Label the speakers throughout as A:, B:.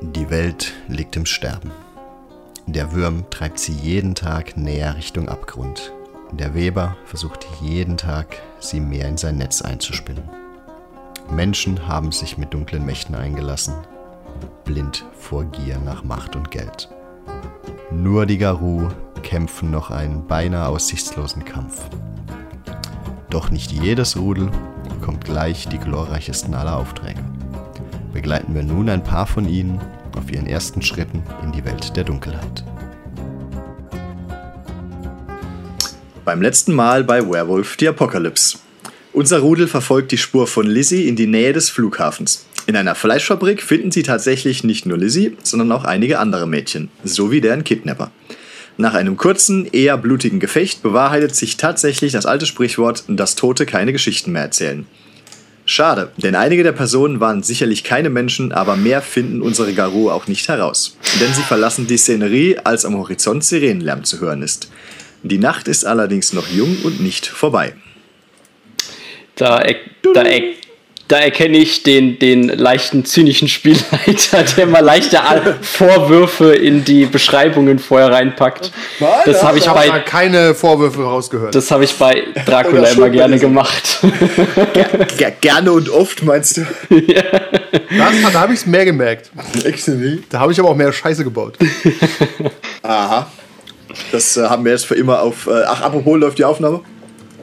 A: Die Welt liegt im Sterben. Der Würm treibt sie jeden Tag näher Richtung Abgrund. Der Weber versucht jeden Tag, sie mehr in sein Netz einzuspinnen. Menschen haben sich mit dunklen Mächten eingelassen, blind vor Gier nach Macht und Geld. Nur die Garou kämpfen noch einen beinahe aussichtslosen Kampf. Doch nicht jedes Rudel bekommt gleich die glorreichsten aller Aufträge. Begleiten wir nun ein paar von ihnen auf ihren ersten Schritten in die Welt der Dunkelheit.
B: Beim letzten Mal bei Werewolf die Apocalypse. Unser Rudel verfolgt die Spur von Lizzie in die Nähe des Flughafens. In einer Fleischfabrik finden sie tatsächlich nicht nur Lizzie, sondern auch einige andere Mädchen, sowie deren Kidnapper. Nach einem kurzen, eher blutigen Gefecht bewahrheitet sich tatsächlich das alte Sprichwort, dass Tote keine Geschichten mehr erzählen. Schade, denn einige der Personen waren sicherlich keine Menschen, aber mehr finden unsere Garou auch nicht heraus. Denn sie verlassen die Szenerie, als am Horizont Sirenenlärm zu hören ist. Die Nacht ist allerdings noch jung und nicht vorbei.
C: Da, er, da, er, da erkenne ich den, den leichten zynischen Spielleiter, der mal leichte Al- Vorwürfe in die Beschreibungen vorher reinpackt.
D: Nein,
C: Das
D: da
C: habe ich
D: hast du
C: bei-
D: aber keine Vorwürfe rausgehört.
C: Das habe ich bei Dracula
B: Oder
C: immer gerne
B: Schulbelese.
C: gemacht.
B: Ger- gerne und oft meinst du?
D: Das, da habe ich es mehr gemerkt.
B: Actually.
D: Da habe ich aber auch mehr Scheiße gebaut.
B: Aha. Das äh, haben wir jetzt für immer auf. Äh, ach, apropos läuft die Aufnahme.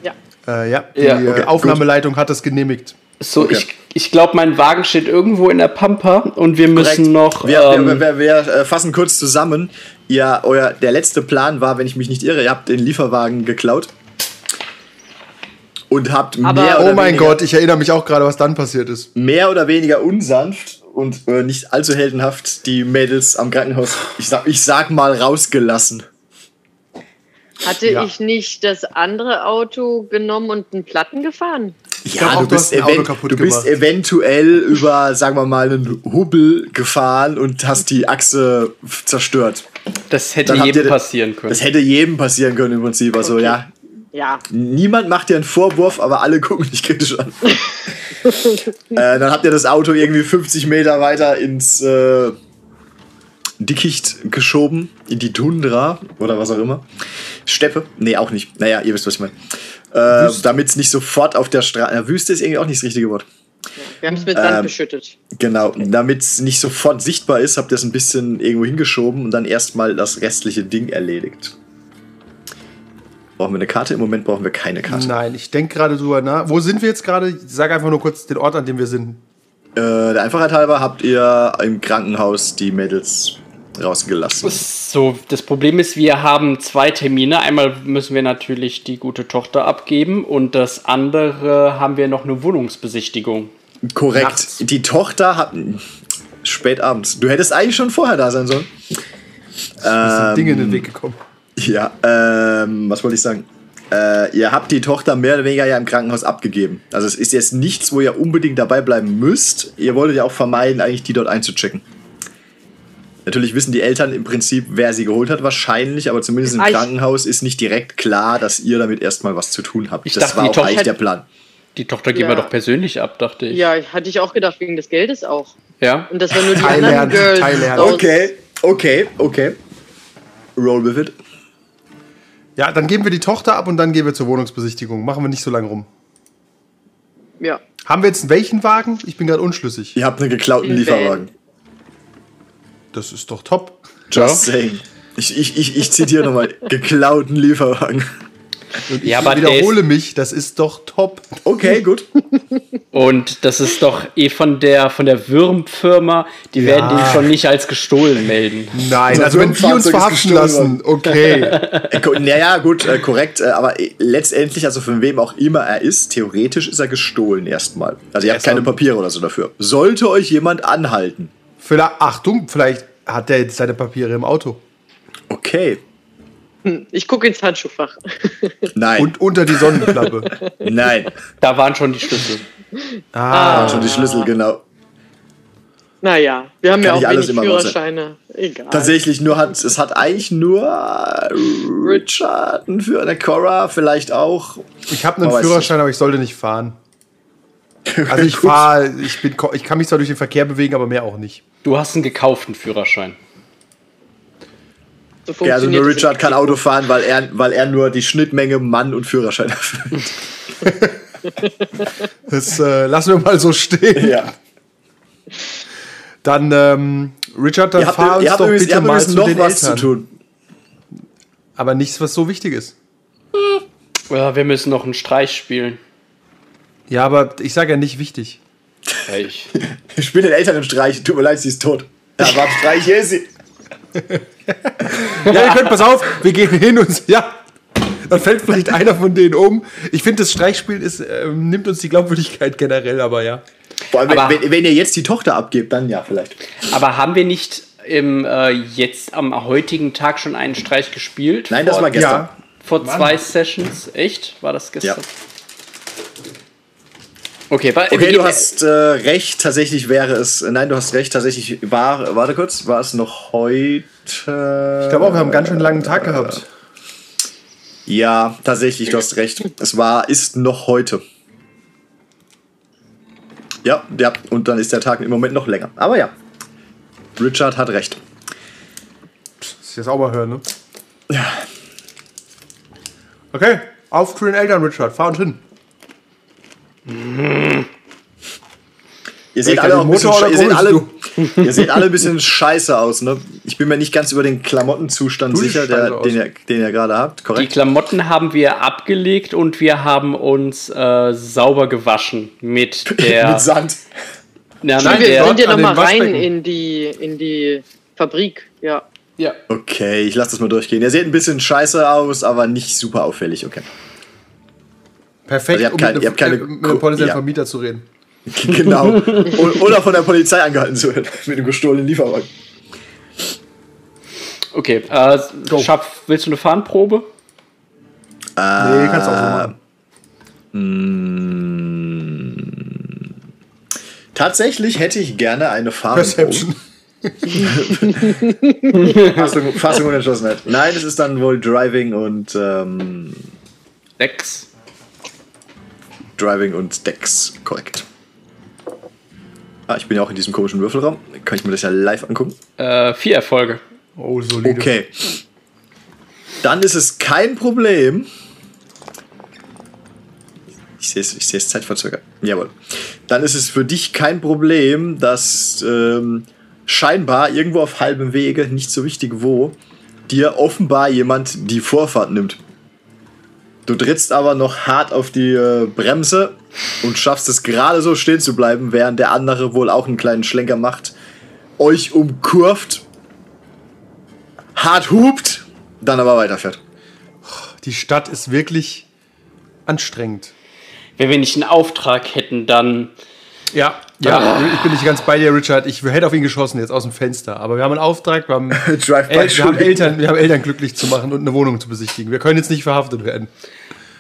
C: Ja.
D: Äh, ja, die
C: Ja,
B: okay,
D: äh, Aufnahmeleitung hat es genehmigt.
C: So,
B: Okay.
C: ich, ich glaube, mein Wagen steht irgendwo in der Pampa und wir müssen noch.
B: Wir,
C: ähm,
B: wir, wir, wir, wir äh, fassen kurz zusammen. Ihr, euer, der letzte Plan war, wenn ich mich nicht irre, ihr habt den Lieferwagen geklaut. Und habt
E: Aber-
B: mehr, oder
D: oh mein
B: weniger,
D: Gott, ich erinnere mich auch gerade, was dann passiert ist.
B: mehr oder weniger unsanft und äh, nicht allzu heldenhaft die Mädels am Krankenhaus, ich sag, ich sag mal, rausgelassen.
E: Hatte
D: Ja.
E: ich nicht das andere Auto genommen und einen Platten gefahren?
B: Ich
D: glaub auch, du hast ein Auto kaputt
B: du bist
D: gemacht.
B: eventuell über, sagen wir mal, einen Hubbel gefahren und hast die Achse f- zerstört.
C: das hätte
B: dann habt
C: jedem
B: ihr-
C: passieren können.
B: Das hätte jedem passieren können im Prinzip. Also ja,
E: Ja.
B: niemand macht dir einen Vorwurf, aber alle gucken dich kritisch an. äh, dann habt ihr das Auto irgendwie 50 Meter weiter ins äh, Dickicht geschoben, in die Tundra oder was auch immer. Steppe? Nee, auch nicht. Naja, ihr wisst, was ich meine. Äh, Damit es nicht sofort auf der Straße. Ja, Wüste ist irgendwie auch nicht das richtige Wort.
E: Wir haben es mit Sand
B: Ähm,
E: beschüttet.
B: Genau, damit es nicht sofort sichtbar ist, habt ihr es ein bisschen irgendwo hingeschoben und dann erstmal das restliche Ding erledigt. Brauchen wir eine Karte? Im Moment brauchen wir keine Karte.
D: Nein, ich denke gerade drüber nach. Wo sind wir jetzt gerade? Sag einfach nur kurz den Ort, an dem wir sind.
B: Äh, der Einfachheit halber habt ihr im Krankenhaus die Mädels rausgelassen.
C: So, das Problem ist, wir haben zwei Termine. Einmal müssen wir natürlich die gute Tochter abgeben und das andere haben wir noch eine Wohnungsbesichtigung.
B: Korrekt.
D: Nachts.
B: Die Tochter hat. Spät abends. Du hättest eigentlich schon vorher da sein sollen.
D: Mir sind Dinge in den Weg gekommen.
B: Ja, ähm, was wollte ich sagen? Äh, ihr habt die Tochter mehr oder weniger ja im Krankenhaus abgegeben. Also es ist jetzt nichts, wo ihr unbedingt dabei bleiben müsst. Ihr wolltet ja auch vermeiden, eigentlich die dort einzuchecken. Natürlich wissen die Eltern im Prinzip, wer sie geholt hat, wahrscheinlich, aber zumindest im
E: Ah, ich-
B: Krankenhaus ist nicht direkt klar, dass ihr damit erstmal was zu tun habt.
C: Ich
B: das
C: dachte,
B: war
C: die
B: auch
C: Tochter
B: eigentlich
C: hätte-
B: der Plan.
C: Die Tochter geben
E: Ja.
C: wir doch persönlich ab, dachte ich.
E: Ja, hatte ich auch gedacht, wegen des Geldes auch.
C: Ja?
E: Und das war nur die
D: Thailand,
E: anderen Girls.
D: Thailand.
E: aus-
B: Okay, okay, okay. Roll with it.
D: Ja, dann geben wir die Tochter ab und dann gehen wir zur Wohnungsbesichtigung. Machen wir nicht so lange rum.
E: Ja.
D: Haben wir jetzt welchen Wagen? Ich bin gerade unschlüssig.
B: Ihr habt einen geklauten
E: Van.
B: Lieferwagen.
D: Das ist doch top.
B: Just saying. Ich, ich, ich, ich zitiere nochmal. Geklauten Lieferwagen.
D: Und
C: Ja,
D: ich
C: aber der
D: wiederhole mich, das ist doch top.
B: Okay, gut.
C: Und das ist doch eh von der von der Würmfirma, die
D: Ja.
C: werden den schon nicht als gestohlen melden.
D: Nein,
B: Unser
D: also wenn die uns
B: Firmenfahrzeug ist
D: verhaften
B: gestohlen
D: lassen, okay.
B: Äh, ko- naja, gut, äh, korrekt. Äh, aber äh, letztendlich, also von wem auch immer er ist, theoretisch ist er gestohlen erstmal. Also ihr habt
D: Erstmal-
B: keine Papiere oder so dafür. Sollte euch jemand anhalten.
D: Vielleicht, Achtung, vielleicht hat der jetzt seine Papiere im Auto.
B: Okay.
E: Ich gucke ins Handschuhfach.
B: Nein,
D: Und unter die Sonnenklappe.
B: nein.
C: Da waren schon die Schlüssel.
D: Ah,
B: Schon die Schlüssel, genau.
E: Naja, wir haben
B: Kann
E: ja auch
B: nicht alles
E: wenig
B: immer wahr sein.
E: Führerscheine. Egal.
B: Tatsächlich nur hat, es hat eigentlich nur äh, Richard einen Führer, eine Cora vielleicht auch.
D: ich habe einen
B: Aber es-
D: Führerschein, aber ich sollte nicht fahren. Also ich fahre, ich, bin ko- ich kann mich zwar durch den Verkehr bewegen, aber mehr auch nicht.
C: Du hast einen gekauften Führerschein.
E: So
B: Ja, also nur
E: funktioniert das
B: Richard kann Auto fahren, weil er, weil er nur die Schnittmenge Mann und Führerschein erfüllt.
D: Das äh, lassen wir mal so stehen.
B: Ja.
D: Dann, ähm, Richard, dann
B: Ihr habt,
D: fahr uns
B: ihr habt
D: doch
B: übrigens, ihr
D: bitte
B: habt
D: mal
B: übrigens
D: zu
B: noch
D: den
B: was
D: Eltern.
B: zu tun.
D: Aber nichts, was so wichtig ist.
C: Ja, wir müssen noch einen Streich spielen.
D: Ja, aber ich sage ja nicht wichtig.
C: Ja, ich,
B: Ich bin den Eltern im Streich. Tut mir leid, sie ist tot. Ja, warte, Streich, hier ist sie.
D: Ja, ihr könnt, pass auf, wir gehen hin und ja, dann fällt vielleicht einer von denen um. Ich finde, das Streichspiel ist, ähm, nimmt uns die Glaubwürdigkeit generell, aber ja.
B: Vor allem, wenn,
C: Aber-
B: wenn, wenn ihr jetzt die Tochter abgebt, dann ja, vielleicht.
C: aber haben wir nicht im, äh, jetzt am heutigen Tag schon einen Streich gespielt?
B: Nein, das
C: Vor-
B: war gestern.
D: Ja,
C: Vor zwei Sessions. Echt? War das gestern?
B: Ja.
C: Okay, war,
B: Okay,
C: äh,
B: du hast äh, recht, tatsächlich wäre es. Nein, du hast recht, tatsächlich war. Warte kurz, war es noch heute?
D: Ich glaube auch, wir haben einen ganz schön langen Tag gehabt.
B: Ja, tatsächlich, du hast recht. Es war, ist noch heute. Ja, ja, und dann ist der Tag im Moment noch länger. Aber ja, Richard hat recht.
D: Das ist jetzt auch mal hören, ne? Ja. Okay, auf zu den Eltern, Richard, fahr uns hin.
B: Ihr seht,
D: Welcher,
B: alle
D: den
B: auch ein bisschen,
D: Motor
B: sche-
D: oder
B: ihr, seht alle,
D: Kohlens,
B: ihr seht alle ein bisschen scheiße aus, ne? Ich bin mir nicht ganz über den Klamottenzustand
D: Du siehst
B: sicher, der,
D: scheiße aus.
B: den, ihr, den ihr gerade habt,
C: Die
B: korrekt?
C: Klamotten haben wir abgelegt und wir haben uns äh, sauber gewaschen mit der.
B: Mit Sand.
C: na,
D: Nein,
C: mit
E: Richtige. Wir
C: der
E: sind ja
D: An den
E: nochmal rein
D: Waschbecken.
E: in die, in die Fabrik, ja.
C: ja.
B: Okay, ich lasse das mal durchgehen. Ihr seht ein bisschen scheiße aus, aber nicht super auffällig, okay.
D: Perfekt,
B: Ihr habt keine- ihr habt keine-
D: äh, mit dem potenziellen
B: ja.
D: Vermieter zu reden.
B: Genau. O- Oder von der Polizei angehalten zu werden mit dem gestohlenen Lieferwagen.
C: Okay, äh, Schaff, willst du eine Fahnenprobe?
D: Nee, kannst du auch so
B: Ah,
D: machen.
B: oh. Tatsächlich hätte ich gerne eine Fahrenprobe.
D: Perception.
B: Fassung, Fassung und Entschlossenheit. Nein, es ist dann wohl Driving und ähm,
C: Sechs.
B: Driving und Decks, korrekt. Ah, ich bin ja auch in diesem komischen Würfelraum. Kann ich mir das ja live angucken?
C: Äh, vier Erfolge.
D: Oh, solide.
B: Okay. Dann ist es kein Problem. Ich sehe es, ich sehe es zeitverzögert. Jawohl. Dann ist es für dich kein Problem, dass ähm, scheinbar irgendwo auf halbem Wege, nicht so wichtig wo, dir offenbar jemand die Vorfahrt nimmt. Du trittst aber noch hart auf die äh, Bremse und schaffst es gerade so stehen zu bleiben, während der andere wohl auch einen kleinen Schlenker macht, euch umkurvt hart hupt, dann aber weiterfährt.
D: Die Stadt ist wirklich anstrengend.
C: Wenn wir nicht einen Auftrag hätten, dann.
D: Ja, ja, Ah. ich bin nicht ganz bei dir, Richard. Ich hätte auf ihn geschossen jetzt aus dem Fenster. Aber wir haben einen Auftrag, wir haben,
B: Drive-by
D: El wir haben,
B: shooting.
D: Eltern, wir haben Eltern glücklich zu machen und eine Wohnung zu besichtigen. Wir können jetzt nicht verhaftet werden.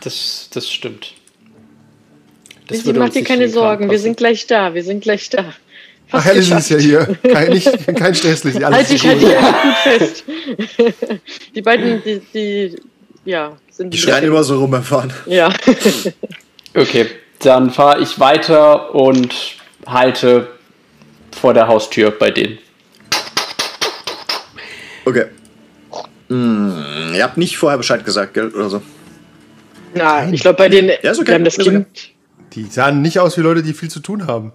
C: Das, das stimmt.
E: Sie
C: würde
E: macht
C: uns
E: dir
C: nicht
E: keine
C: in den Plan
E: Sorgen, wir
C: passen.
E: sind gleich da, wir sind gleich da.
D: Ach, Alison ist ja hier. Kein, nicht, kein stresslich.
E: Halt
D: Alles
E: dich, halt dich einfach gut fest. die beiden, die, die, ja, sind
B: Die schreien immer so rum beim Fahren.
E: Ja.
C: Okay, dann fahre ich weiter und halte vor der Haustür bei denen.
B: Okay. Hm, ihr habt nicht vorher Bescheid gesagt, gell? Oder so.
E: Na, ich glaube, bei denen,
B: Ja, ist okay.
E: wir haben das
B: Ist okay.
E: Kind.
D: Die sahen nicht aus wie Leute, die viel zu tun haben.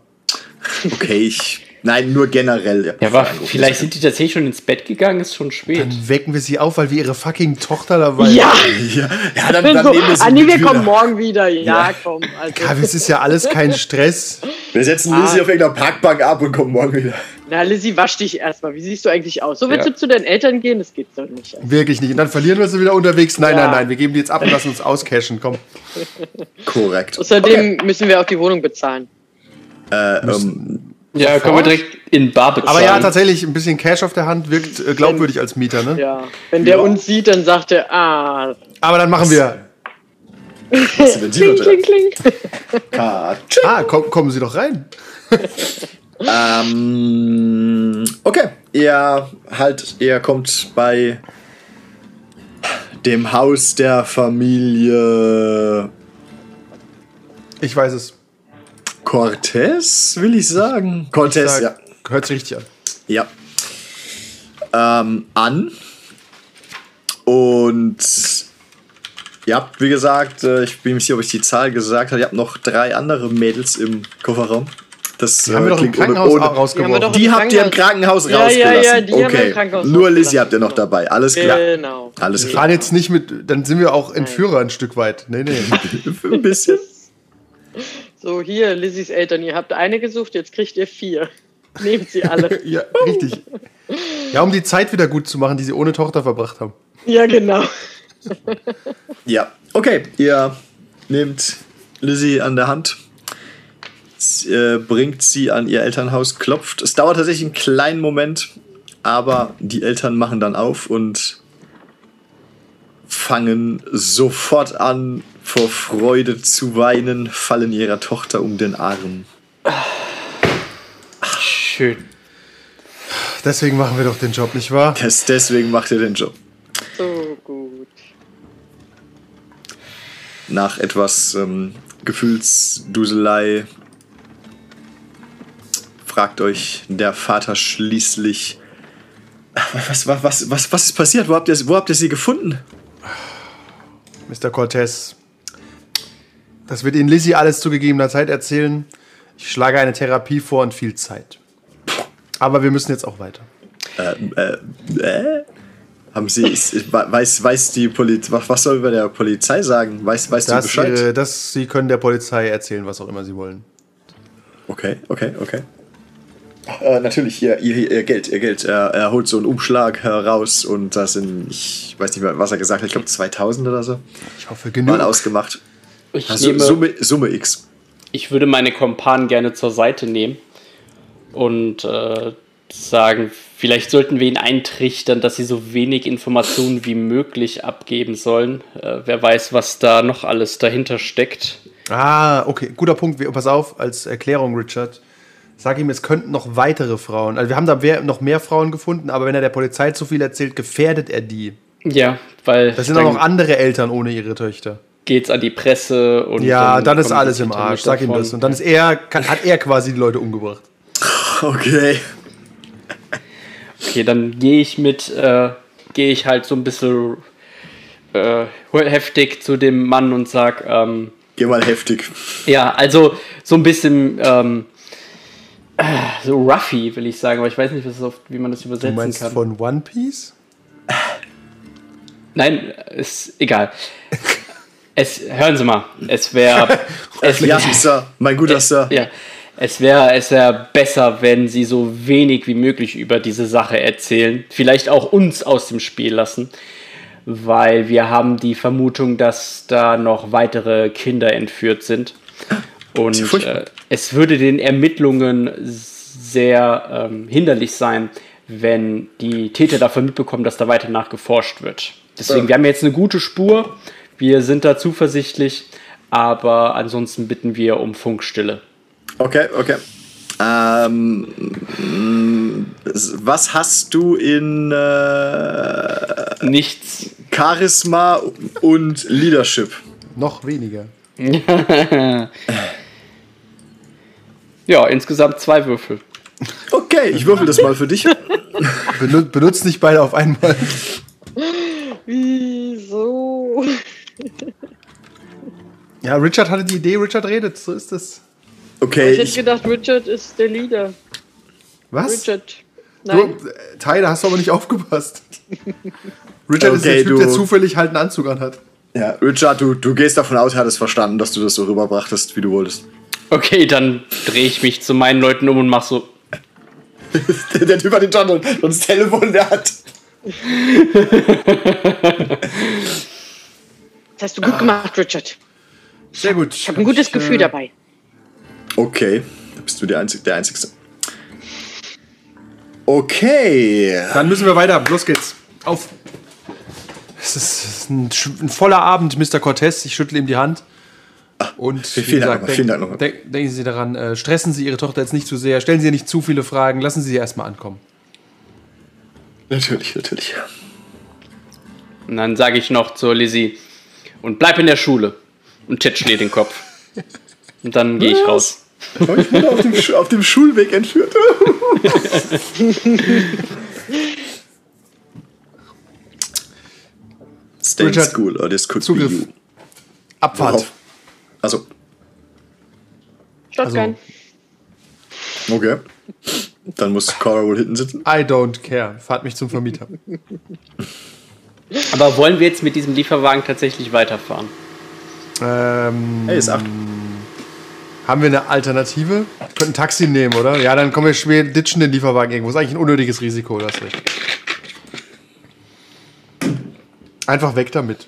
B: Okay, ich. Nein, nur generell. ihr habt
C: Ja, aber
B: vorher angerufen.
C: vielleicht sind die tatsächlich schon ins Bett gegangen, ist schon spät.
D: Dann wecken wir sie auf, weil wir ihre fucking Tochter dabei
E: Ja,
B: Ja, ja dann,
E: bin
B: dann
E: so,
B: nehmen wir sie
E: ah, nee,
B: mit
E: wir
B: wieder.
E: kommen morgen wieder. Ja, komm.
D: Ja,
E: Also,
D: es ist ja alles kein Stress.
B: Wir setzen
C: Ah.
B: Lizzie auf irgendeiner Parkbank ab und kommen morgen wieder.
E: na, Lizzie, wasch dich erstmal. Wie siehst du eigentlich aus? So willst
C: Ja.
E: du zu deinen Eltern gehen? Das geht doch nicht.
D: Wirklich nicht. Und dann verlieren wir sie wieder unterwegs. Nein,
E: Ja.
D: nein, nein. Wir geben die jetzt ab und lassen uns auscashen. Komm.
B: Korrekt.
E: Außerdem müssen wir auch die Wohnung bezahlen.
C: Ja, können wir direkt in Bar bezahlen.
D: Aber ja, tatsächlich, ein bisschen Cash auf der Hand wirkt äh, glaubwürdig als Mieter, ne?
E: Ja. Wenn der
B: Ja.
E: uns sieht, dann sagt er, ah,
D: Aber dann machen wir.
B: Was sind denn die
E: kling,
B: Leute?
E: kling, kling.
B: Cut.
D: Ah, komm, kommen Sie doch rein.
B: Ähm, okay, ihr halt, ihr kommt bei dem Haus der Familie
D: Ich weiß es.
B: Cortez, will ich sagen. Cortez,
D: Sag-
B: ja.
D: Hört sich richtig an.
B: Ja. Ähm, an. Und ihr habt, wie gesagt, äh, ich bin mir nicht sicher, ob ich die Zahl gesagt habe, ihr habt noch drei andere Mädels im Kofferraum. Das
D: Die haben wir
B: äh,
D: doch im
B: klingt ohne-
D: Krankenhaus
B: ohne-
D: rausgeworfen.
E: Die haben wir doch-
B: Die habt ihr im Krankenhaus
E: Ja, ja, ja,
B: rausgelassen.
E: die haben wir im
B: okay.
E: Krankenhaus
B: Nur Lizzie
E: rausgelassen.
B: habt ihr noch dabei. Alles klar.
E: Genau.
B: Alles
D: wir
B: klar.
D: fahren jetzt nicht mit, dann sind wir auch Entführer ein Stück weit. Nee, nee.
B: Ein bisschen.
E: So, hier, Lizzies Eltern, ihr habt eine gesucht, jetzt kriegt ihr vier. Nehmt sie alle.
D: ja, richtig. Ja, um die Zeit wieder gut zu machen, die sie ohne Tochter verbracht haben.
E: ja, genau.
B: Ja, okay. Ihr nehmt Lizzie an der Hand, s- äh, bringt sie an ihr Elternhaus, klopft. Es dauert tatsächlich einen kleinen Moment, aber die Eltern machen dann auf und fangen sofort an, vor Freude zu weinen, fallen ihrer Tochter um den Arm.
C: Schön.
D: Deswegen machen wir doch den Job, nicht wahr?
B: Das, deswegen macht ihr den Job.
E: So gut.
B: nach etwas ähm, Gefühlsduselei fragt euch der Vater schließlich, was, was, was, was, was ist passiert? Wo habt, ihr, wo habt ihr sie gefunden?
D: Mr. Cortez. Das wird Ihnen Lizzie alles zu gegebener Zeit erzählen. Ich schlage eine Therapie vor und viel Zeit. Aber wir müssen jetzt auch weiter.
B: Äh, Haben sie, ist, weiß, weiß die Polizei, was soll über der Polizei sagen? Weiß, weiß die
D: Das,
B: Bescheid?
D: äh, das, Sie können der Polizei erzählen, was auch immer Sie wollen.
B: Okay, okay, okay. Äh, natürlich, ihr, ihr, ihr Geld, ihr Geld. Er, er holt so einen Umschlag heraus und da sind, ich weiß nicht mehr, was er gesagt hat, ich glaube 2000 oder so,
D: Ich hoffe,
B: mal
D: genug.
B: ausgemacht.
C: Ich,
B: Also,
C: nehme,
B: Summe, Summe X.
C: ich würde meine Kompanen gerne zur Seite nehmen und äh, sagen, vielleicht sollten wir ihn eintrichtern, dass sie so wenig Informationen wie möglich abgeben sollen. Äh, wer weiß, was da noch alles dahinter steckt.
D: Ah, okay, guter Punkt. Wir, pass auf, als Erklärung, Richard. Sag ihm, es könnten noch weitere Frauen. Also, wir haben da wer- noch mehr Frauen gefunden, aber wenn er der Polizei zu viel erzählt, gefährdet er die.
C: Ja, weil
D: Das sind
C: dann
D: auch noch andere Eltern ohne ihre Töchter.
C: geht's an die Presse und
D: Ja, dann, ist
C: kommt
D: alles
C: das
D: im
C: Internet
D: Arsch. Sag ihm
C: davon.
D: das. Und dann ist er, kann, hat er quasi die Leute umgebracht.
B: Okay.
C: Okay, dann gehe ich mit, äh, gehe ich halt so ein bisschen äh, heftig zu dem Mann und sag, ähm,
B: Geh mal heftig.
C: ja, also so ein bisschen ähm, äh, so roughy, will ich sagen, aber ich weiß nicht, was das auf, wie man das
D: Du
C: übersetzen
D: meinst
C: kann.
D: von One Piece?
C: Nein, ist egal. es, hören Sie mal, es wäre, es,
B: Ja, Sir, mein guter Sir.
C: Ja. Es wäre es wär besser, wenn sie so wenig wie möglich über diese Sache erzählen. Vielleicht auch uns aus dem Spiel lassen. Weil wir haben die Vermutung, dass da noch weitere Kinder entführt sind. Und
B: furchtbar.
C: äh, es würde den Ermittlungen sehr ähm, hinderlich sein, wenn die Täter davon mitbekommen, dass da weiter nachgeforscht wird. Deswegen, wir haben jetzt eine gute Spur. Wir sind da zuversichtlich. Aber ansonsten bitten wir um Funkstille.
B: Okay, okay. Ähm, mm, was hast du in äh,
C: Nichts.
B: Charisma und Leadership?
D: Noch weniger.
C: Ja, insgesamt zwei Würfel.
B: Okay, ich würfel das mal für dich.
D: Benu benutzt nicht beide auf einmal.
E: Wieso?
D: Ja, Richard hatte die Idee, Richard redet, so ist es.
B: Okay,
E: Ich hätte
B: ich,
E: gedacht, Richard ist der Leader.
D: Was?
E: Richard. Nein.
D: Du, äh, Ty, da hast du aber nicht aufgepasst. Richard ist
B: Okay,
D: der Typ,
B: du-
D: der zufällig halt einen Anzug anhat.
B: ja, Richard, du, du gehst davon aus, er hat es verstanden, dass du das so rüberbrachtest, wie du wolltest.
C: Okay, dann drehe ich mich zu meinen Leuten um und mach so.
B: Der, der Typ hat den John und und das Telefon, der hat.
E: Das hast du
D: Ah.
E: gut gemacht, Richard.
D: Sehr gut.
E: Ich habe ein gutes
D: äh,
E: Gefühl dabei.
B: Okay, da bist du der, Einzig, der Einzige. Okay.
D: Dann müssen wir weiter. Los geht's. Auf. Es ist, es ist ein, sch- ein voller Abend, Mr. Cortez. Ich schüttle ihm die Hand. Und wie
B: vielen Dank nochmal,
D: denk-
B: vielen Dank nochmal.
D: denk- denken Sie daran, äh, stressen Sie Ihre Tochter jetzt nicht zu sehr, stellen Sie ihr nicht zu viele Fragen, lassen Sie sie erstmal ankommen.
B: Natürlich, natürlich.
C: Und dann sage ich noch zur Lizzie, und bleib in der Schule. Und tätschle den Kopf. Und dann gehe ich raus.
B: Habe ich wieder auf dem, Schu- auf dem Schulweg entführt. Stay in
D: Richard,
B: school or this could
D: Zugriff.
B: be you.
D: Abfahrt.
B: Worauf? Also,
D: also,
E: Shotgun.
B: okay. Dann muss Cora wohl hinten sitzen.
D: I don't care. Fahrt mich zum Vermieter.
C: Aber wollen wir jetzt mit diesem Lieferwagen tatsächlich weiterfahren?
D: ähm,
B: Hey, ist 8.
D: haben wir eine Alternative? Wir könnten ein Taxi nehmen, oder? Ja, dann kommen wir schwer ditchen den Lieferwagen irgendwo. Ist eigentlich ein unnötiges Risiko, das recht. Einfach weg damit.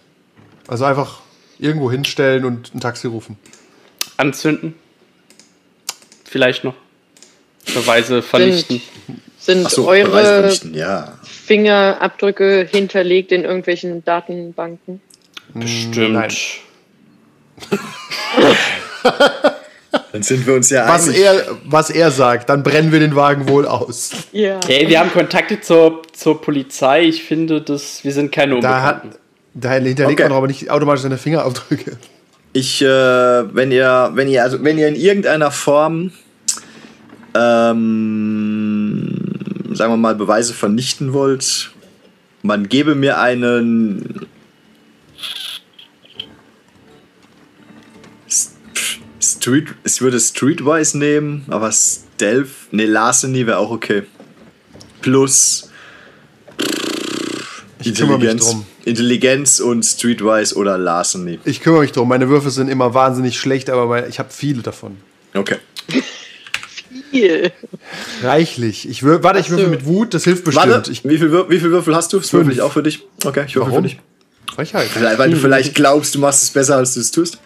D: Also einfach irgendwo hinstellen und ein Taxi rufen.
C: Anzünden? Vielleicht noch. Beweise vernichten.
E: Sind
B: Achso, Beweise
E: eure
B: vernichten, ja.
E: Fingerabdrücke hinterlegt in irgendwelchen Datenbanken?
C: Bestimmt.
D: nein.
B: Dann sind wir uns ja
D: Was
B: einig.
D: er, was er sagt, dann brennen wir den Wagen wohl aus.
E: Ja.
C: Hey, wir haben Kontakte zur, zur Polizei. Ich finde, das, wir sind keine
D: Da,
C: Unbekannten.
D: hat, da hinterlegt
B: Okay.
D: man doch aber nicht automatisch seine Fingerabdrücke.
B: Ich, äh, wenn ihr, wenn ihr, also wenn ihr in irgendeiner Form, ähm, sagen wir mal, Beweise vernichten wollt, man gebe mir einen S- pf, Street, ich würde Streetwise nehmen, aber Stealth, ne, Larceny wäre auch okay. Plus pff,
D: Ich kümmere mich drum.
B: Intelligenz und Streetwise oder Larceny.
D: Ich kümmere mich drum. Meine Würfe sind immer wahnsinnig schlecht, aber mein- ich habe viele davon.
B: Okay.
E: Viel.
D: Reichlich. Ich wür warte, ich
E: Ach so.
D: würfe mit Wut. Das hilft bestimmt.
B: Warte,
D: Ich
B: wie viel, Wür- wie viel Würfel hast du? Das würfel
D: Fünf.
B: ich auch für dich. Okay, ich würfel
D: Warum? Hm.
B: für dich.
D: Frechheit.
B: Weil, weil du vielleicht glaubst, du machst es besser, als du es tust.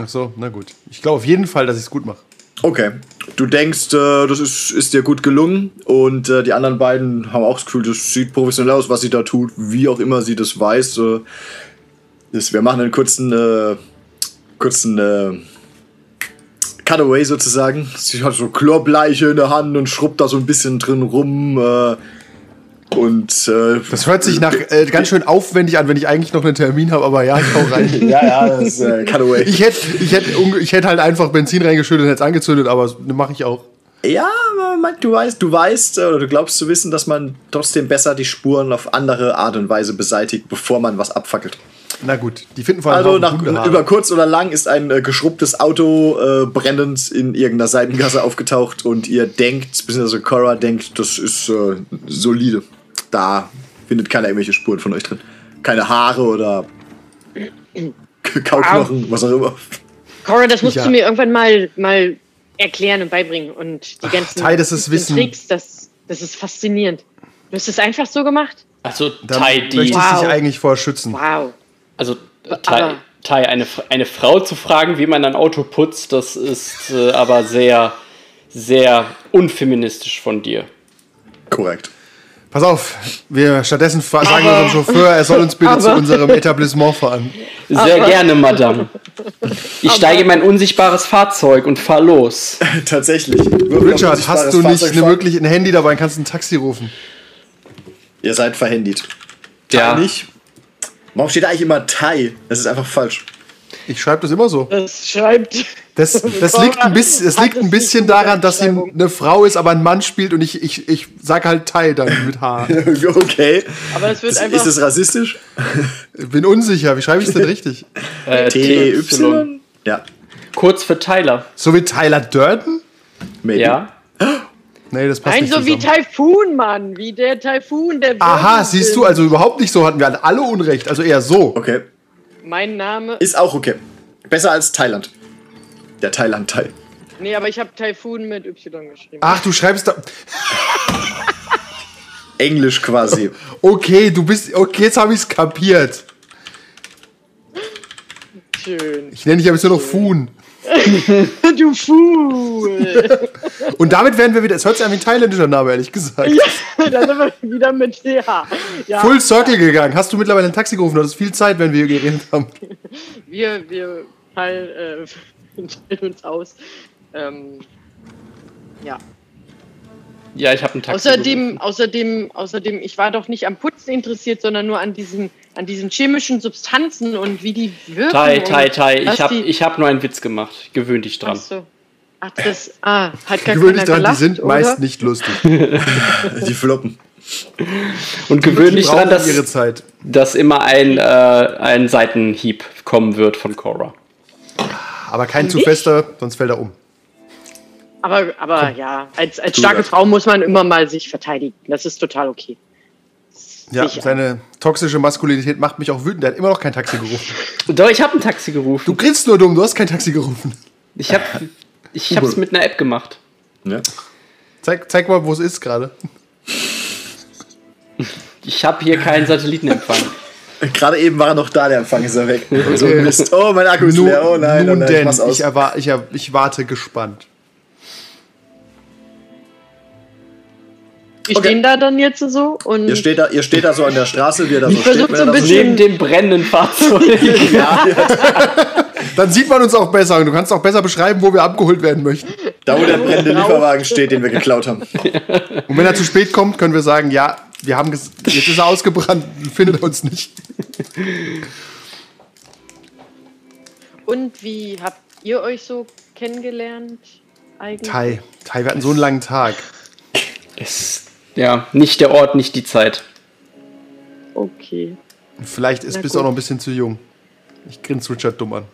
D: Ach so, na gut. Ich glaube auf jeden Fall, dass ich es gut mache.
B: Okay. Du denkst, äh, das ist, ist dir gut gelungen und äh, die anderen beiden haben auch das Gefühl, das sieht professionell aus, was sie da tut, wie auch immer sie das weiß. Äh, das, wir machen einen kurzen, äh, kurzen äh, Cutaway sozusagen. Sie hat so Chlorbleiche in der Hand und schrubbt da so ein bisschen drin rum. Äh, und äh,
D: Das hört sich nach äh, ganz schön aufwendig an, wenn ich eigentlich noch einen Termin habe, aber ja, ich hau rein.
B: ja, ja, das ist äh, Cutaway.
D: Ich hätte ich hätt, unge- ich hätt halt einfach Benzin reingeschüttet und hätte es angezündet, aber das mache ich auch.
B: Ja, aber man- du weißt, du weißt äh, oder du glaubst zu wissen, dass man trotzdem besser die Spuren auf andere Art und Weise beseitigt, bevor man was abfackelt.
D: Na gut, die finden vor allem
B: Also
D: Haufen
B: nach,
D: Hundehaare.
B: über kurz oder lang ist ein äh, geschrubbtes Auto äh, brennend in irgendeiner Seitengasse aufgetaucht und ihr denkt, beziehungsweise Cora denkt, das ist äh, solide. Da findet keiner irgendwelche Spuren von euch drin. Keine Haare oder Kauknochen, was auch immer.
E: Cora, das musst
D: Ja.
E: du mir irgendwann mal, mal erklären und beibringen. Und die ganzen
D: Teil des ist Wissen.
E: Tricks, das, das ist faszinierend. Du hast es einfach so gemacht?
C: also,
D: Da
C: Tai,
D: möchte ich
C: die.
E: Wow.
D: dich eigentlich vor schützen.
E: Wow.
C: Also, äh, Tai,
E: Aber-
C: tai eine, Fra- eine Frau zu fragen, wie man ein Auto putzt, das ist äh, aber sehr, sehr unfeministisch von dir.
B: Korrekt.
D: Pass auf, wir stattdessen fra- sagen wir unserem Chauffeur, er soll uns bitte zu unserem Etablissement fahren.
C: Sehr
E: Aber-
C: gerne, Madame. Ich steige in mein unsichtbares Fahrzeug und fahr los.
B: Tatsächlich.
D: Richard, hast du nicht eine
B: Möglichkeit?
D: Möglichkeit, ein Handy dabei und kannst ein Taxi rufen?
B: Ihr seid verhandied.
C: Ja.
B: Tai nicht. Warum steht da eigentlich immer Tai? Das ist einfach falsch.
D: Ich schreibe das immer so.
E: Das schreibt.
D: Das, das liegt ein bisschen, das liegt ein bisschen daran, dass sie eine Frau ist, aber ein Mann spielt und ich, ich, ich sag halt Tai dann mit H.
B: okay.
E: Aber es wird
B: Das,
E: einfach.
B: ist das rassistisch?
D: Bin unsicher, wie schreibe ich es denn richtig?
C: Äh,
B: T,
C: TY.
B: Y? Ja.
C: Kurz für Tyler.
D: So wie Tyler Durden?
B: Maybe.
C: Ja.
D: Nee, das passt
E: Nein,
D: nicht
E: so wie
D: zusammen.
E: Taifun, Mann. Wie der Taifun, der.
D: Aha,
E: Wirbelwind.
D: siehst du, also überhaupt nicht so hatten wir alle Unrecht, also eher so.
B: Okay.
D: also-
E: Mein Name.
B: Ist auch okay. Besser als Thailand. Der Thailand-Teil.
E: Nee, aber ich habe Taifun mit Y geschrieben.
D: Ach, du schreibst da.
B: Englisch quasi.
D: Okay, du bist. Okay, jetzt habe ich es kapiert.
E: Schön.
D: Ich nenne dich ja jetzt nur noch Fun.
E: Du Fuhl.
D: Und damit werden wir wieder. Es hört sich an wie ein thailändischer Name, ehrlich gesagt.
E: da sind wir wieder mit TH. Ja,
D: Full Circle gegangen. Hast du mittlerweile ein Taxi gerufen? Du hattest viel Zeit, wenn wir hier geredet haben.
E: wir, wir teilen, äh, teilen uns aus. Ähm, ja.
C: Ja, ich habe einen Taxi.
E: Außerdem, außerdem, außerdem, ich war doch nicht am Putzen interessiert, sondern nur an diesen, an diesen chemischen Substanzen und wie die wirken.
C: Tai,
E: und
C: Tai, Tai.
E: was
C: Ich habe
E: die-
C: ich hab nur einen Witz gemacht. Gewöhn dich dran.
E: Ach so. Ach, das. Ah, hat gar
D: Gewöhnlich dran,
E: keiner
D: die
E: gelacht,
D: sind
E: oder?
D: meist nicht lustig.
B: Die floppen.
C: Und gewöhnlich
D: brauchen
C: daran,
D: ihre
C: dass,
D: Zeit.
C: dass immer ein, äh, ein Seitenhieb kommen wird von Cora.
D: Aber kein zu fester, sonst fällt er um.
E: Aber, aber ja, als, als starke
B: das.
E: Frau muss man immer mal sich verteidigen. Das ist total okay.
D: Ja,
E: Sicher.
D: seine toxische Maskulinität macht mich auch wütend. Er hat immer noch kein Taxi gerufen.
C: Doch, ich habe ein Taxi
D: Du
C: gerufen.
D: grinst nur dumm, du hast kein Taxi gerufen.
C: Ich habe ich hab's mit einer App gemacht.
B: Ja.
D: Zeig, zeig mal, wo es ist gerade.
C: Ich habe hier keinen Satellitenempfang.
B: Gerade eben war er noch da, der Empfang ist er weg. So Mist. Oh, mein Akku ist
D: Nun,
B: leer. Oh nein, oh
D: nun
B: nein, ich
D: denn,
B: mach's
D: ich,
B: aus.
D: erwar ich, er ich warte gespannt.
E: Die
B: Okay.
E: stehen da dann jetzt so und
B: Ihr steht, da, ihr steht da so an der Straße, wie er da so steht.
E: versuch
B: wenn
E: so
B: er da
E: ein bisschen-
C: Neben dem brennenden Fahrzeug.
B: steht. Ja,
D: Dann sieht man uns auch besser und du kannst auch besser beschreiben, wo wir abgeholt werden möchten.
B: da wo der brennende Lieferwagen steht, den wir geklaut haben.
D: Und wenn er zu spät kommt, können wir sagen, ja, wir haben ges jetzt ist er ausgebrannt, findet uns nicht.
E: Und wie habt ihr euch so kennengelernt? Eigentlich?
D: Tai, Tai, wir hatten so einen langen Tag.
C: Ist- ja, nicht der Ort, nicht die Zeit.
E: Okay.
D: Und vielleicht ist,
E: Na
D: bist du
E: gut.
D: auch noch ein bisschen zu jung. Ich grinse Richard dumm an.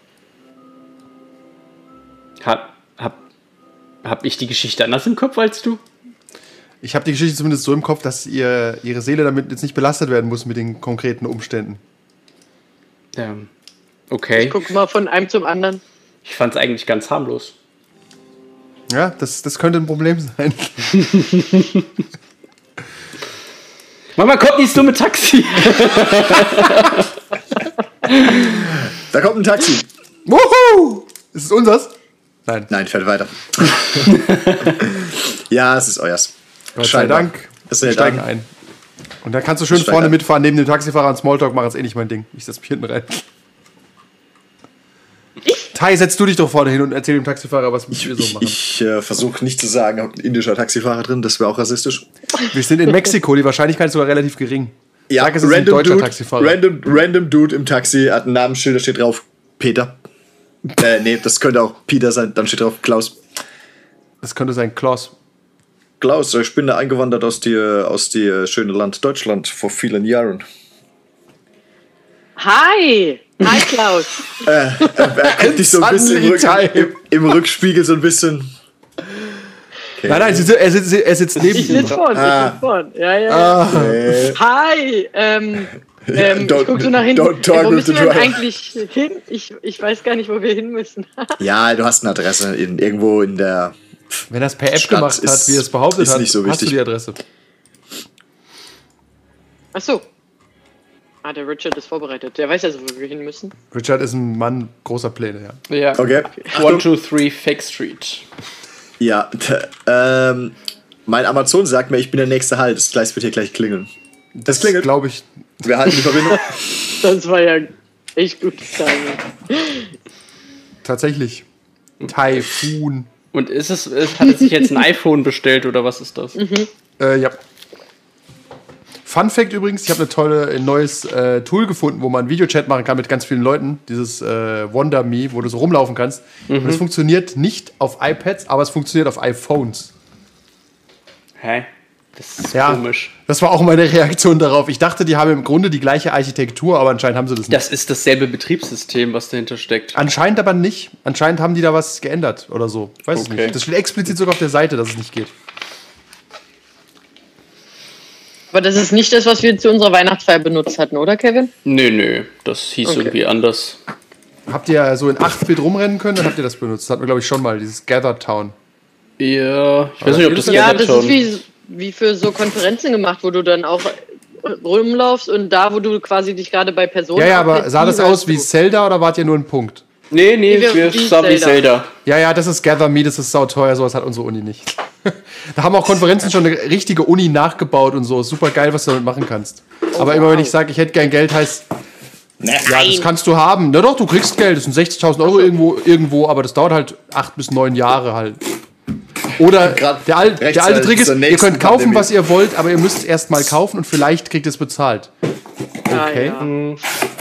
C: Hab, hab, hab ich die Geschichte anders im Kopf als du?
D: Ich habe die Geschichte zumindest so im Kopf, dass ihr, ihre Seele damit jetzt nicht belastet werden muss mit den konkreten Umständen.
C: Ähm, okay.
E: Guck mal von einem zum anderen.
C: Ich fand's eigentlich ganz harmlos.
D: Ja, das, das könnte ein Problem sein.
C: Mama, kommt dieses dumme Taxi.
B: Da kommt ein Taxi.
D: Wuhu! Ist es unseres? Nein.
B: Nein, fährt weiter. ja, es ist euers.
D: Gott sei
B: Scheinbar.
D: Dank.
B: Es
D: Wir
B: hält
D: steigen
B: an.
D: ein. Und dann kannst du schön
B: Steig
D: vorne
B: ein.
D: mitfahren, neben dem Taxifahrer und Smalltalk machen, ist eh nicht mein Ding. Ich setz mich hinten rein. Tai, setz du dich doch vorne hin und erzähl dem Taxifahrer, was wir so
B: Ich,
D: machen.
B: ich äh, versuche nicht zu sagen, ob ein indischer Taxifahrer drin, das wäre auch rassistisch.
D: Wir sind in Mexiko, die Wahrscheinlichkeit ist sogar relativ gering. Sag, es ist ein
B: random
D: deutscher
B: Dude,
D: Taxifahrer.
B: Random, random Dude im Taxi hat ein Namensschild, da steht drauf Peter. äh, nee, das könnte auch Peter sein, dann steht drauf Klaus.
D: Das könnte sein Klaus.
B: Klaus, ich bin da eingewandert aus die, aus die äh, schöne Land Deutschland vor vielen Jahren.
E: Hi! Hi, Klaus!
B: Guck dich so ein bisschen im, Rück, im, im Rückspiegel so ein bisschen. Okay.
D: Nein, nein, sie- er sitzt, er sitzt neben
E: Ich
D: ihm.
E: sitze vorn, ich
B: Ah.
E: sitze vorn. Ja, ja.
B: Äh,
E: Hi! Ähm, ähm,
B: don't-
E: ich guck so nach hinten.
B: don't talk
E: Äh, wo
B: with
E: müssen
B: the
E: wir denn
B: driver.
E: eigentlich hin? Ich, ich weiß gar nicht, wo wir hin müssen.
B: ja, du hast eine Adresse in, irgendwo in der.
D: Wenn er es per App
B: Stadt
D: gemacht hat,
B: ist-
D: wie er es behauptet
B: ist
D: hat,
B: nicht so
D: hast du
B: wichtig.
D: die Adresse.
E: Ach so. Ah, der Richard ist vorbereitet. Der weiß also, wo wir hin müssen.
D: Richard ist ein Mann großer Pläne, ja.
C: Ja.
B: Okay.
C: One, two, three, Fake Street.
B: Ja, t- ähm, mein Amazon sagt mir, ich bin der nächste Halt. Das Gleis wird hier gleich klingeln. Das klingelt.
D: Glaube ich.
B: Wir halten die Verbindung.
E: Das war ja echt gutes Timing.
D: Tatsächlich. Taifun.
C: Und ist es, es hat er sich jetzt ein iPhone bestellt oder was ist das?
D: Äh, ja. Fun Fact übrigens, ich habe eine tolle, ein neues äh, Tool gefunden, wo man Videochat machen kann mit ganz vielen Leuten. Dieses äh, Wonder Me, wo du so rumlaufen kannst.
B: Mhm.
D: Und es funktioniert nicht auf iPads, aber es funktioniert auf iPhones.
C: Hä? Das ist komisch.
D: Das war auch meine Reaktion darauf. Ich dachte, die haben im Grunde die gleiche Architektur, aber anscheinend haben sie das nicht.
C: Das ist dasselbe Betriebssystem, was dahinter steckt.
D: Anscheinend aber nicht. Anscheinend haben die da was geändert oder so. Weiß ich
C: Okay.
D: nicht. Das steht explizit sogar auf der Seite, dass es nicht geht.
E: Aber das ist nicht das, was wir zu unserer Weihnachtsfeier benutzt hatten, oder, Kevin?
C: Nö, nö, das hieß
E: Okay.
C: irgendwie anders.
D: Habt ihr so in 8-Bit rumrennen können? Dann habt ihr das benutzt. Das hatten wir, glaube ich, schon mal. Dieses Gather Town.
C: Ja, ich weiß nicht, ob das
E: Ja,
C: gehört
E: das
C: schon.
E: ist wie, wie für so Konferenzen gemacht, wo du dann auch rumlaufst und da, wo du quasi dich gerade bei Personen.
D: Ja, ja,
E: aufhältst,
D: aber sah
E: die
D: das
E: hörst
D: aus wie
E: du.
D: Zelda oder wart ihr nur ein Punkt?
C: Nee, nee,
E: Wie wir-
C: wir
E: wie
C: sah wie
E: Zelda.
C: Zelda.
D: Ja, ja, das ist Gather Me, das ist sauteuer, sowas hat unsere Uni nicht. da haben auch Konferenzen schon eine richtige Uni nachgebaut und so. Ist super geil, was du damit machen kannst. aber immer wenn ich sage, ich hätte gern Geld, heißt, ja, das kannst du haben. Na doch, du kriegst Geld, das sind 60.000 Euro irgendwo, irgendwo, aber das dauert halt acht bis neun Jahre halt. Oder
B: Grad
D: der, al der alte
B: rechtzeitig
D: Trick ist,
B: zur
D: ihr
B: nächsten
D: könnt kaufen,
B: Pandemie.
D: was ihr wollt, aber ihr müsst erst mal kaufen und vielleicht kriegt ihr es bezahlt.
E: Ah,
D: Okay.
E: ja.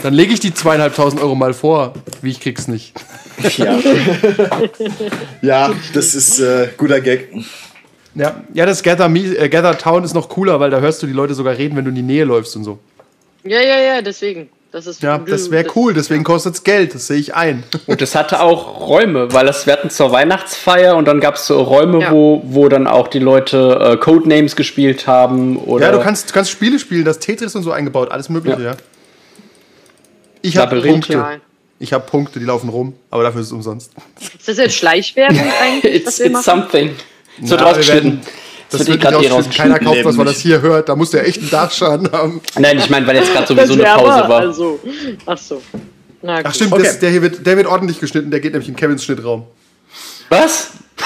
D: Dann lege ich die zweieinhalbtausend Euro mal vor, wie ich krieg's nicht.
B: Ja. ja, das ist äh, guter Gag.
D: Ja, ja das Gather, Me- äh, Gather Town ist noch cooler, weil da hörst du die Leute sogar reden, wenn du in die Nähe läufst und so.
E: Ja, ja, ja, deswegen. Das ist
D: Ja, das
E: äh,
D: wäre cool, deswegen kostet's Geld, das sehe ich ein.
C: Und das hatte auch Räume, weil das, wir hatten zur Weihnachtsfeier und dann gab es so Räume,
E: Ja.
C: wo, wo dann auch die Leute äh, Codenames gespielt haben. Oder
D: Ja, du kannst, du kannst Spiele spielen, das Tetris und so eingebaut, alles mögliche, ja.
C: Ja.
D: Ich habe
C: Labyrinthe.
D: Punkte. Ich habe Punkte, die laufen rum, aber dafür ist es umsonst.
E: Ist das jetzt Schleichwerbung eigentlich?
C: It's,
E: was wir
C: it's
E: machen?
C: something. Es wird
D: Ja, wir
C: rausgeschnitten.
D: werden-
C: Es
D: Das
C: wird eh
D: wird nicht
C: gerade eh
D: ausgeschnitten. Keiner
C: rausgeschnitten.
D: kauft, was man
B: Nämlich.
D: das hier hört. Da muss der echt einen Dachschaden haben.
C: Nein, ich meine, weil jetzt gerade
E: Das
C: sowieso eine
E: wär
C: Pause
E: aber-
C: war.
E: Also, ach so. Na,
D: Ach
E: gut.
D: stimmt,
B: Okay.
D: das, der hier wird, der wird ordentlich geschnitten. Der geht nämlich in Kevins Schnittraum.
C: Was?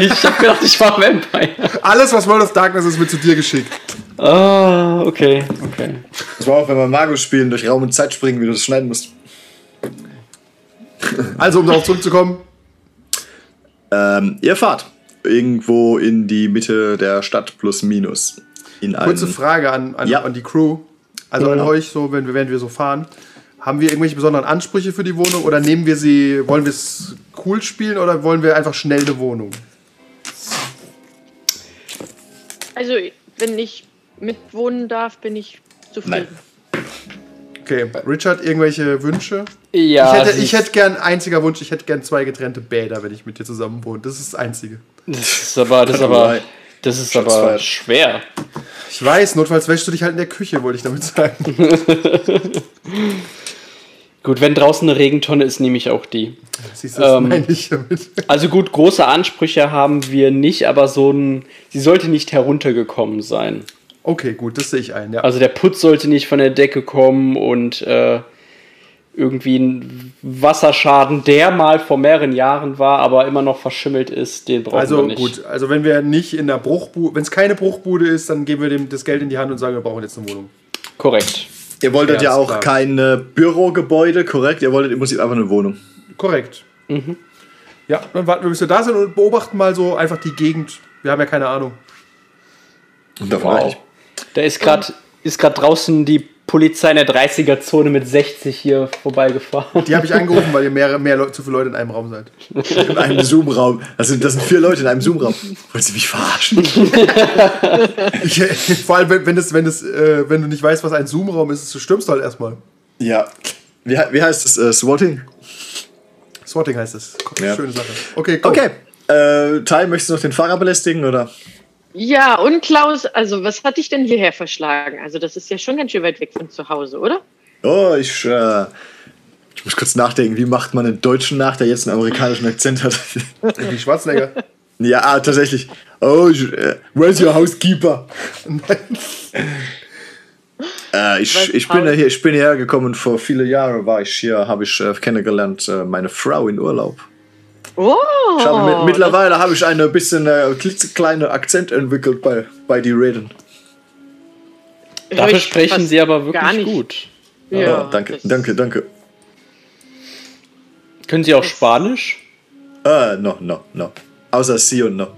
C: ich hab gedacht, ich war Vampire.
D: Alles, was World of Darkness ist, wird zu dir geschickt.
C: Ah, okay, okay.
B: Das war auch, wenn wir Mago spielen, durch Raum und Zeit springen, wie du das schneiden musst.
D: Also, um darauf zurückzukommen.
B: Ähm, ihr fahrt irgendwo in die Mitte der Stadt plus minus. In einen,
D: Kurze Frage an, an,
B: Ja.
D: an die Crew. Also an euch, so, wenn wir, während wir so fahren. Haben wir irgendwelche besonderen Ansprüche für die Wohnung oder nehmen wir sie, wollen wir es cool spielen oder wollen wir einfach schnell eine Wohnung?
E: Also, wenn ich mitwohnen darf, bin ich zufrieden.
B: Nein.
D: Okay, Richard, irgendwelche Wünsche?
C: Ja,
D: ich, hätte,
C: sie-
D: ich hätte gern, einziger Wunsch, ich hätte gern zwei getrennte Bäder, wenn ich mit dir zusammen wohne. Das ist das Einzige.
C: das ist aber, das ist aber, das ist aber
B: zwei.
C: schwer.
D: Ich weiß, notfalls wäschst du dich halt in der Küche, wollte ich damit sagen.
C: Gut, wenn draußen eine Regentonne ist, nehme ich auch die.
D: Siehst du, das
C: Ähm.
D: meine ich damit.
C: Also gut, große Ansprüche haben wir nicht, aber so ein, sie sollte nicht heruntergekommen sein.
D: Okay, gut, das sehe ich ein, ja.
C: Also der Putz sollte nicht von der Decke kommen und äh, irgendwie ein Wasserschaden, der mal vor mehreren Jahren war, aber immer noch verschimmelt ist, den brauchen wir
D: Also
C: nicht.
D: gut, also wenn wir nicht in der Bruchbude, wenn es keine Bruchbude ist, dann geben wir dem das Geld in die Hand und sagen, wir brauchen jetzt eine Wohnung.
C: Korrekt.
B: Ihr wolltet
D: Ja,
B: ja,
D: ist
B: auch
D: klar.
B: kein äh, Bürogebäude, korrekt? Ihr wolltet im Prinzip einfach eine Wohnung.
D: Korrekt.
C: Mhm.
D: Ja, dann warten wir, bis wir da sind und beobachten mal so einfach die Gegend. Wir haben ja keine Ahnung.
B: Und davon
C: Wow.
B: reicht.
C: Da ist gerade ist grad draußen die Polizei in der 30er-Zone mit 60 hier vorbeigefahren.
D: Die habe ich angerufen, weil ihr mehrere, mehr Leute, zu viele Leute in einem Raum seid.
B: In einem Zoom-Raum. Das sind, das sind vier Leute in einem Zoom-Raum. Wollt ihr mich verarschen?
D: Ich, vor allem, wenn, wenn, das, wenn, das, äh, wenn du nicht weißt, was ein Zoom-Raum ist, du stürmst halt erstmal.
B: ja. Wie, he- wie heißt das? Äh, Swatting?
D: Swatting heißt es. Guck,
B: Ja.
D: Schöne Sache. Okay, go.
B: Okay. Äh, Tai, möchtest du noch den Fahrer belästigen oder?
E: Ja, und Klaus, also was hat dich denn hierher verschlagen? Also das ist ja schon ganz schön weit weg von zu Hause, oder?
B: Oh, ich, äh, ich muss kurz nachdenken, wie macht man einen Deutschen nach, der jetzt einen amerikanischen Akzent hat?
D: Wie Schwarzenegger.
B: ja, ah, tatsächlich. Oh, ich, äh, where's your housekeeper? äh, ich, ich, bin ja hier, ich bin hierher gekommen, vor viele Jahre war ich hier, habe ich äh, kennengelernt, äh, meine Frau in Urlaub.
E: Oh,
B: Ich habe mit, mittlerweile habe ich ein bisschen äh, klitzekleine Akzent entwickelt bei, bei die Reden.
E: hör ich
C: Dafür sprechen
E: fast
C: sie aber
E: gar
C: wirklich
E: nicht.
C: gut.
E: Ja,
B: Ja, Oh, danke,
E: das-
B: danke, danke.
C: Können sie auch Spanisch?
B: Äh, no, no, no. Außer Sie und no.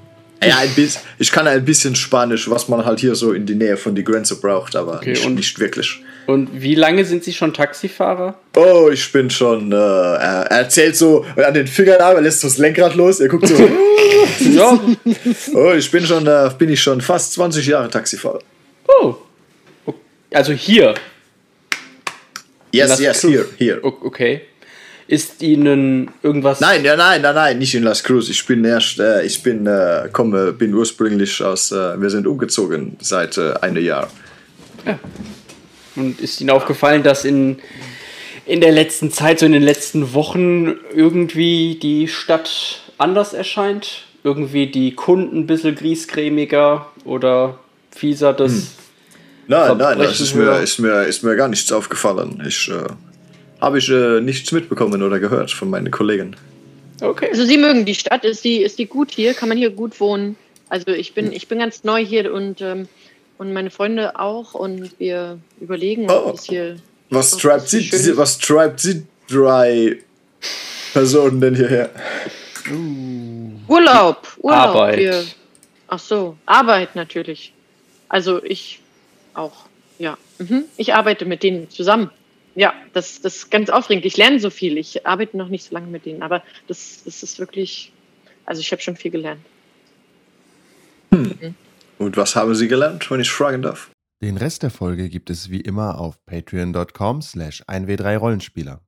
B: Ja, ein bisschen, ich kann ein bisschen Spanisch, was man halt hier so in die Nähe von die Grenze braucht, aber nicht,
C: und-
B: nicht wirklich.
C: Und wie lange sind sie schon Taxifahrer?
B: Oh, ich bin schon. Äh, er er zählt so an den Fingern ab, er lässt so das Lenkrad los, er guckt so.
C: Ja.
B: oh, ich bin schon, äh, bin ich schon fast 20 Jahre Taxifahrer.
C: Oh. Also hier.
B: Yes,
C: Las
B: yes,
C: Cruz.
B: here, here.
C: O- Okay. Ist ihnen irgendwas.
B: Nein, ja, nein, nein, nein, nicht in Las Cruz. Ich bin erst, äh, ich bin, äh, komme, bin ursprünglich aus, äh, wir sind umgezogen seit äh, einem Jahr.
C: Und ist ihnen aufgefallen, dass in, in der letzten Zeit, so in den letzten Wochen, irgendwie die Stadt anders erscheint? Irgendwie die Kunden ein bisschen griesgrämiger oder fieser? Das.
B: Nein, nein, das
C: Verbrechen
B: ist mir,
C: höher.
B: ist, mir, ist mir gar nichts aufgefallen. Ich äh, habe ich äh, nichts mitbekommen oder gehört von meinen Kollegen.
C: Okay.
E: Also Sie mögen die Stadt, ist die, ist die gut hier? Kann man hier gut wohnen? Also ich bin, ich bin ganz neu hier und, ähm, und meine Freunde auch und wir überlegen, ob
B: Oh.
E: es hier.
B: Was
E: Ach,
B: treibt
E: das
B: sie,
E: ist schön.
B: diese- was treibt sie drei Personen denn hierher?
E: Urlaub! Urlaub!
C: Arbeit.
E: Wir, ach so, Arbeit natürlich. Also ich auch, ja. Mhm. Ich arbeite mit denen zusammen. ja, das, das ist ganz aufregend. Ich lerne so viel. Ich arbeite noch nicht so lange mit denen, aber das, das ist wirklich, also ich habe schon viel gelernt.
B: Und was haben Sie gelernt, wenn ich fragen darf?
F: Den Rest der Folge gibt es wie immer auf patreon.com slash 1w3rollenspieler.